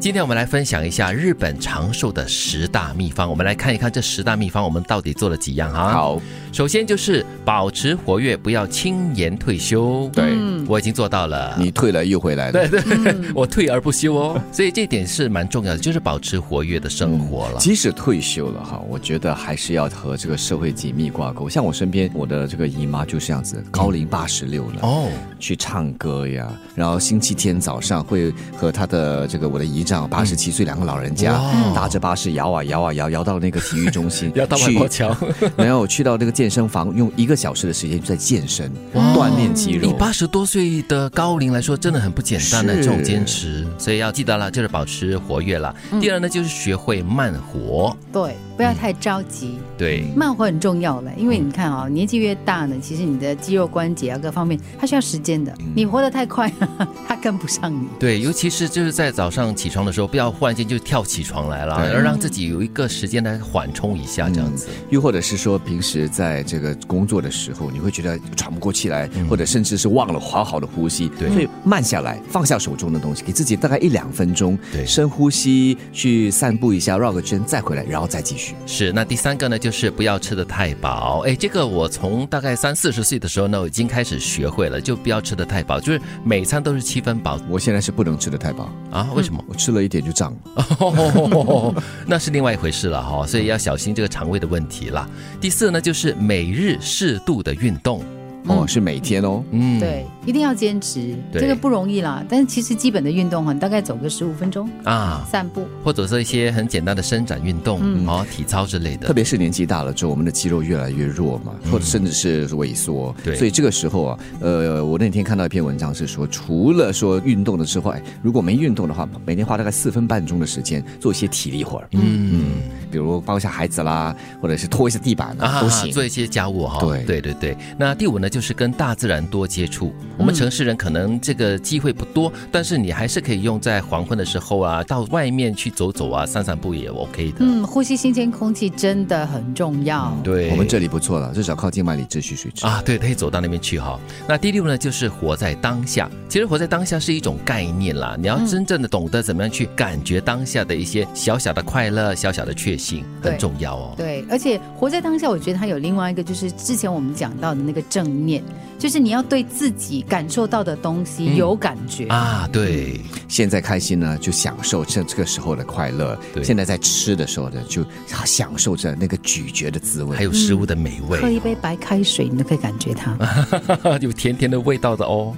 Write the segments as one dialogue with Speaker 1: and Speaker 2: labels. Speaker 1: 今天我们来分享一下日本长寿的十大秘方，我们来看一看这十大秘方我们到底做了几样哈。，
Speaker 2: 好，
Speaker 1: 首先就是保持活跃，不要轻言退休。
Speaker 2: 对
Speaker 1: 我已经做到了。
Speaker 2: 你退了又回来了
Speaker 1: 嗯对。对， 我退而不休哦，所以这点是蛮重要的，就是保持活跃的生活了。
Speaker 2: 即使退休了哈，我觉得还是要和这个社会紧密挂钩。像我身边我的这个姨妈就是这样子，高龄八十六了，
Speaker 1: 嗯哦，
Speaker 2: 去唱歌呀，然后星期天早上会和她的这个我的姨丈八十七岁两个老人家
Speaker 1: 嗯哇，
Speaker 2: 搭着巴士摇啊摇啊摇，摇到那个体育中心
Speaker 1: 要到外
Speaker 2: 去
Speaker 1: 国桥，
Speaker 2: 然后去到那个健身房，用一个小时的时间在健身，
Speaker 1: 哇
Speaker 2: 锻炼肌
Speaker 1: 以
Speaker 2: 肉。
Speaker 1: 八十多岁的高龄来说，真的很不简单的
Speaker 2: 是
Speaker 1: 这种坚持，所以要记得了，就是保持活跃了。第二呢，就是学会慢活，
Speaker 3: 对，不要太着急，
Speaker 1: 对，
Speaker 3: 慢活很重要嘞。因为你看
Speaker 1: 嗯
Speaker 3: 啊、年纪越大呢，其实你的肌肉关节啊各方面，它需要时间的。
Speaker 1: 嗯
Speaker 3: 你活得太快， 它跟不上你。
Speaker 1: 对，尤其是就是在早上起床的时候，不要忽然间就跳起床来了，
Speaker 2: 对嗯
Speaker 1: 而让自己有一个时间来缓冲一下，这样子。
Speaker 2: 又或者是说，平时在这个工作的时候，你会觉得喘不过气来，或者甚至是忘了好好的呼吸。
Speaker 1: 对
Speaker 2: 所以慢下来，放下手中的东西，给自己大概一两分钟，
Speaker 1: 对
Speaker 2: 深呼吸，去散步一下，绕个圈，再回来，然后再继续。
Speaker 1: 是，那第三个呢，就是不要吃的太饱。哎，这个我从大概三四十岁的时候呢，我已经开始学会了，就不要吃的太饱，就是每餐都是七分饱
Speaker 2: 我现在是不能吃的太饱，
Speaker 1: 啊？为 什么？
Speaker 2: 我吃了一点就胀了。
Speaker 1: 哦，那是另外一回事了哈、所以要小心这个肠胃的问题啦。第四呢，就是每日适度的运动，
Speaker 2: 哦，是每天哦。
Speaker 1: 嗯，
Speaker 3: 对，一定要坚持，
Speaker 1: 对
Speaker 3: 这个不容易啦。但是其实基本的运动啊哈，你大概走个十五分钟，
Speaker 1: 啊，
Speaker 3: 散步。
Speaker 1: 或者是一些很简单的伸展运动、哦，体操之类
Speaker 2: 特
Speaker 1: 的。
Speaker 2: 别是年纪大了之后，我们的肌肉越来越弱嘛，或者甚至是萎缩。
Speaker 1: 嗯对
Speaker 2: 所以这个时候啊，呃，我那天看到一篇文章是说，除了说运动的之外，如果没运动的话，每天花大概四分半钟的时间做一些体力活儿，
Speaker 1: 嗯
Speaker 2: 比如抱一下孩子啦，或者是拖一下地板啊，都行。
Speaker 1: 做一些家务哈、
Speaker 2: 对
Speaker 1: 对对对那第五呢，就是跟大自然多接触。我
Speaker 3: 嗯
Speaker 1: 们城市人可能这个机会不多，但是你还是可以用在黄昏的时候啊，到外面去走走啊，散散步也 OK 的。
Speaker 3: 嗯，呼吸新鲜空气真的很重要。
Speaker 1: 对，
Speaker 2: 我们这里不错了，至少靠近万里秩序水池。
Speaker 1: 啊，对，可以走到那边去哈。那第六呢，就是活在当下。其实活在当下是一种概念啦，
Speaker 3: 嗯
Speaker 1: 你要真正的懂得怎么样去感觉当下的一些小小的快乐、小小的确幸，很
Speaker 3: 对
Speaker 1: 重要哦。
Speaker 3: 对，而且活在当下，我觉得它有另外一个，就是之前我们讲到的那个正念，就是你要对自己感受到的东西有感觉。
Speaker 1: 嗯啊，对，
Speaker 3: 嗯
Speaker 2: 现在开心呢，就享受这这个时候的快乐
Speaker 1: 对；
Speaker 2: 现在在吃的时候呢，就享受着那个咀嚼的滋味
Speaker 1: 还。有食物的美味。
Speaker 3: 喝一杯白开水，你都可以感觉它。
Speaker 1: 有甜甜的味道的哦。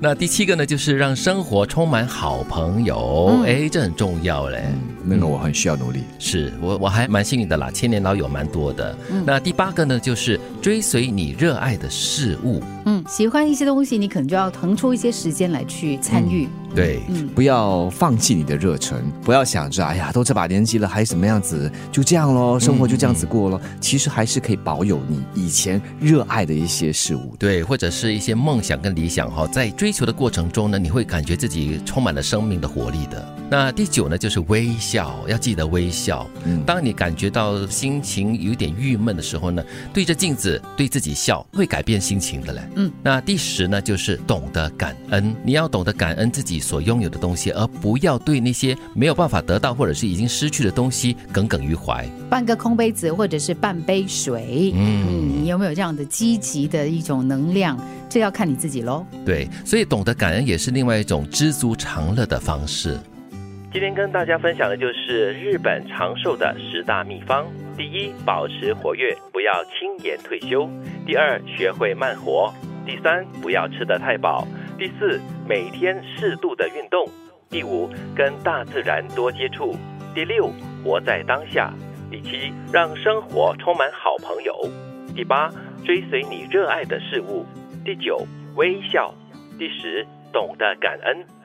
Speaker 1: 那第七个呢，就是让生活充满好朋友，哎、这很重要嘞。
Speaker 2: 那个我很需要努力。
Speaker 1: 是我我还蛮幸运的啦，千年老友蛮多的。那第八个呢，就是追随你热爱的事物，
Speaker 3: 嗯，喜欢一些东西，你可能就要腾出一些时间来去参与。
Speaker 1: 对。
Speaker 3: 嗯
Speaker 2: 不要放弃你的热忱，不要想着哎呀，都这把年纪了还什么样子，就这样咯，生活就这样子过咯。其实还是可以保有你以前热爱的一些事物的。
Speaker 1: 对，或者是一些梦想跟理想哈、在追求的过程中呢，你会感觉自己充满了生命的活力的。那第九呢，就是微笑，要记得微笑。
Speaker 2: 嗯
Speaker 1: 当你感觉到心情有点郁闷的时候呢，对着镜子对自己笑，会改变心情的嘞。
Speaker 3: 嗯，
Speaker 1: 那第十呢，就是懂得感恩，你要懂得感恩自己所拥有的东西，而不要对那些没有办法得到或者是已经失去的东西耿耿于怀。
Speaker 3: 嗯半个空杯子或者是半杯水，嗯，你有没有这样的积极的一种能量？这要看你自己喽。
Speaker 1: 对，所以懂得感恩也是另外一种知足常乐的方式。今天跟大家分享的就是日本长寿的十大秘方：第一，保持活跃，不要轻言退休；第二，学会慢活；第三，不要吃得太饱；第四，每天适度的运动；第五，跟大自然多接触；第六，活在当下；第七，让生活充满好朋友；第八，追随你热爱的事物；第九，微笑；第十，懂得感恩。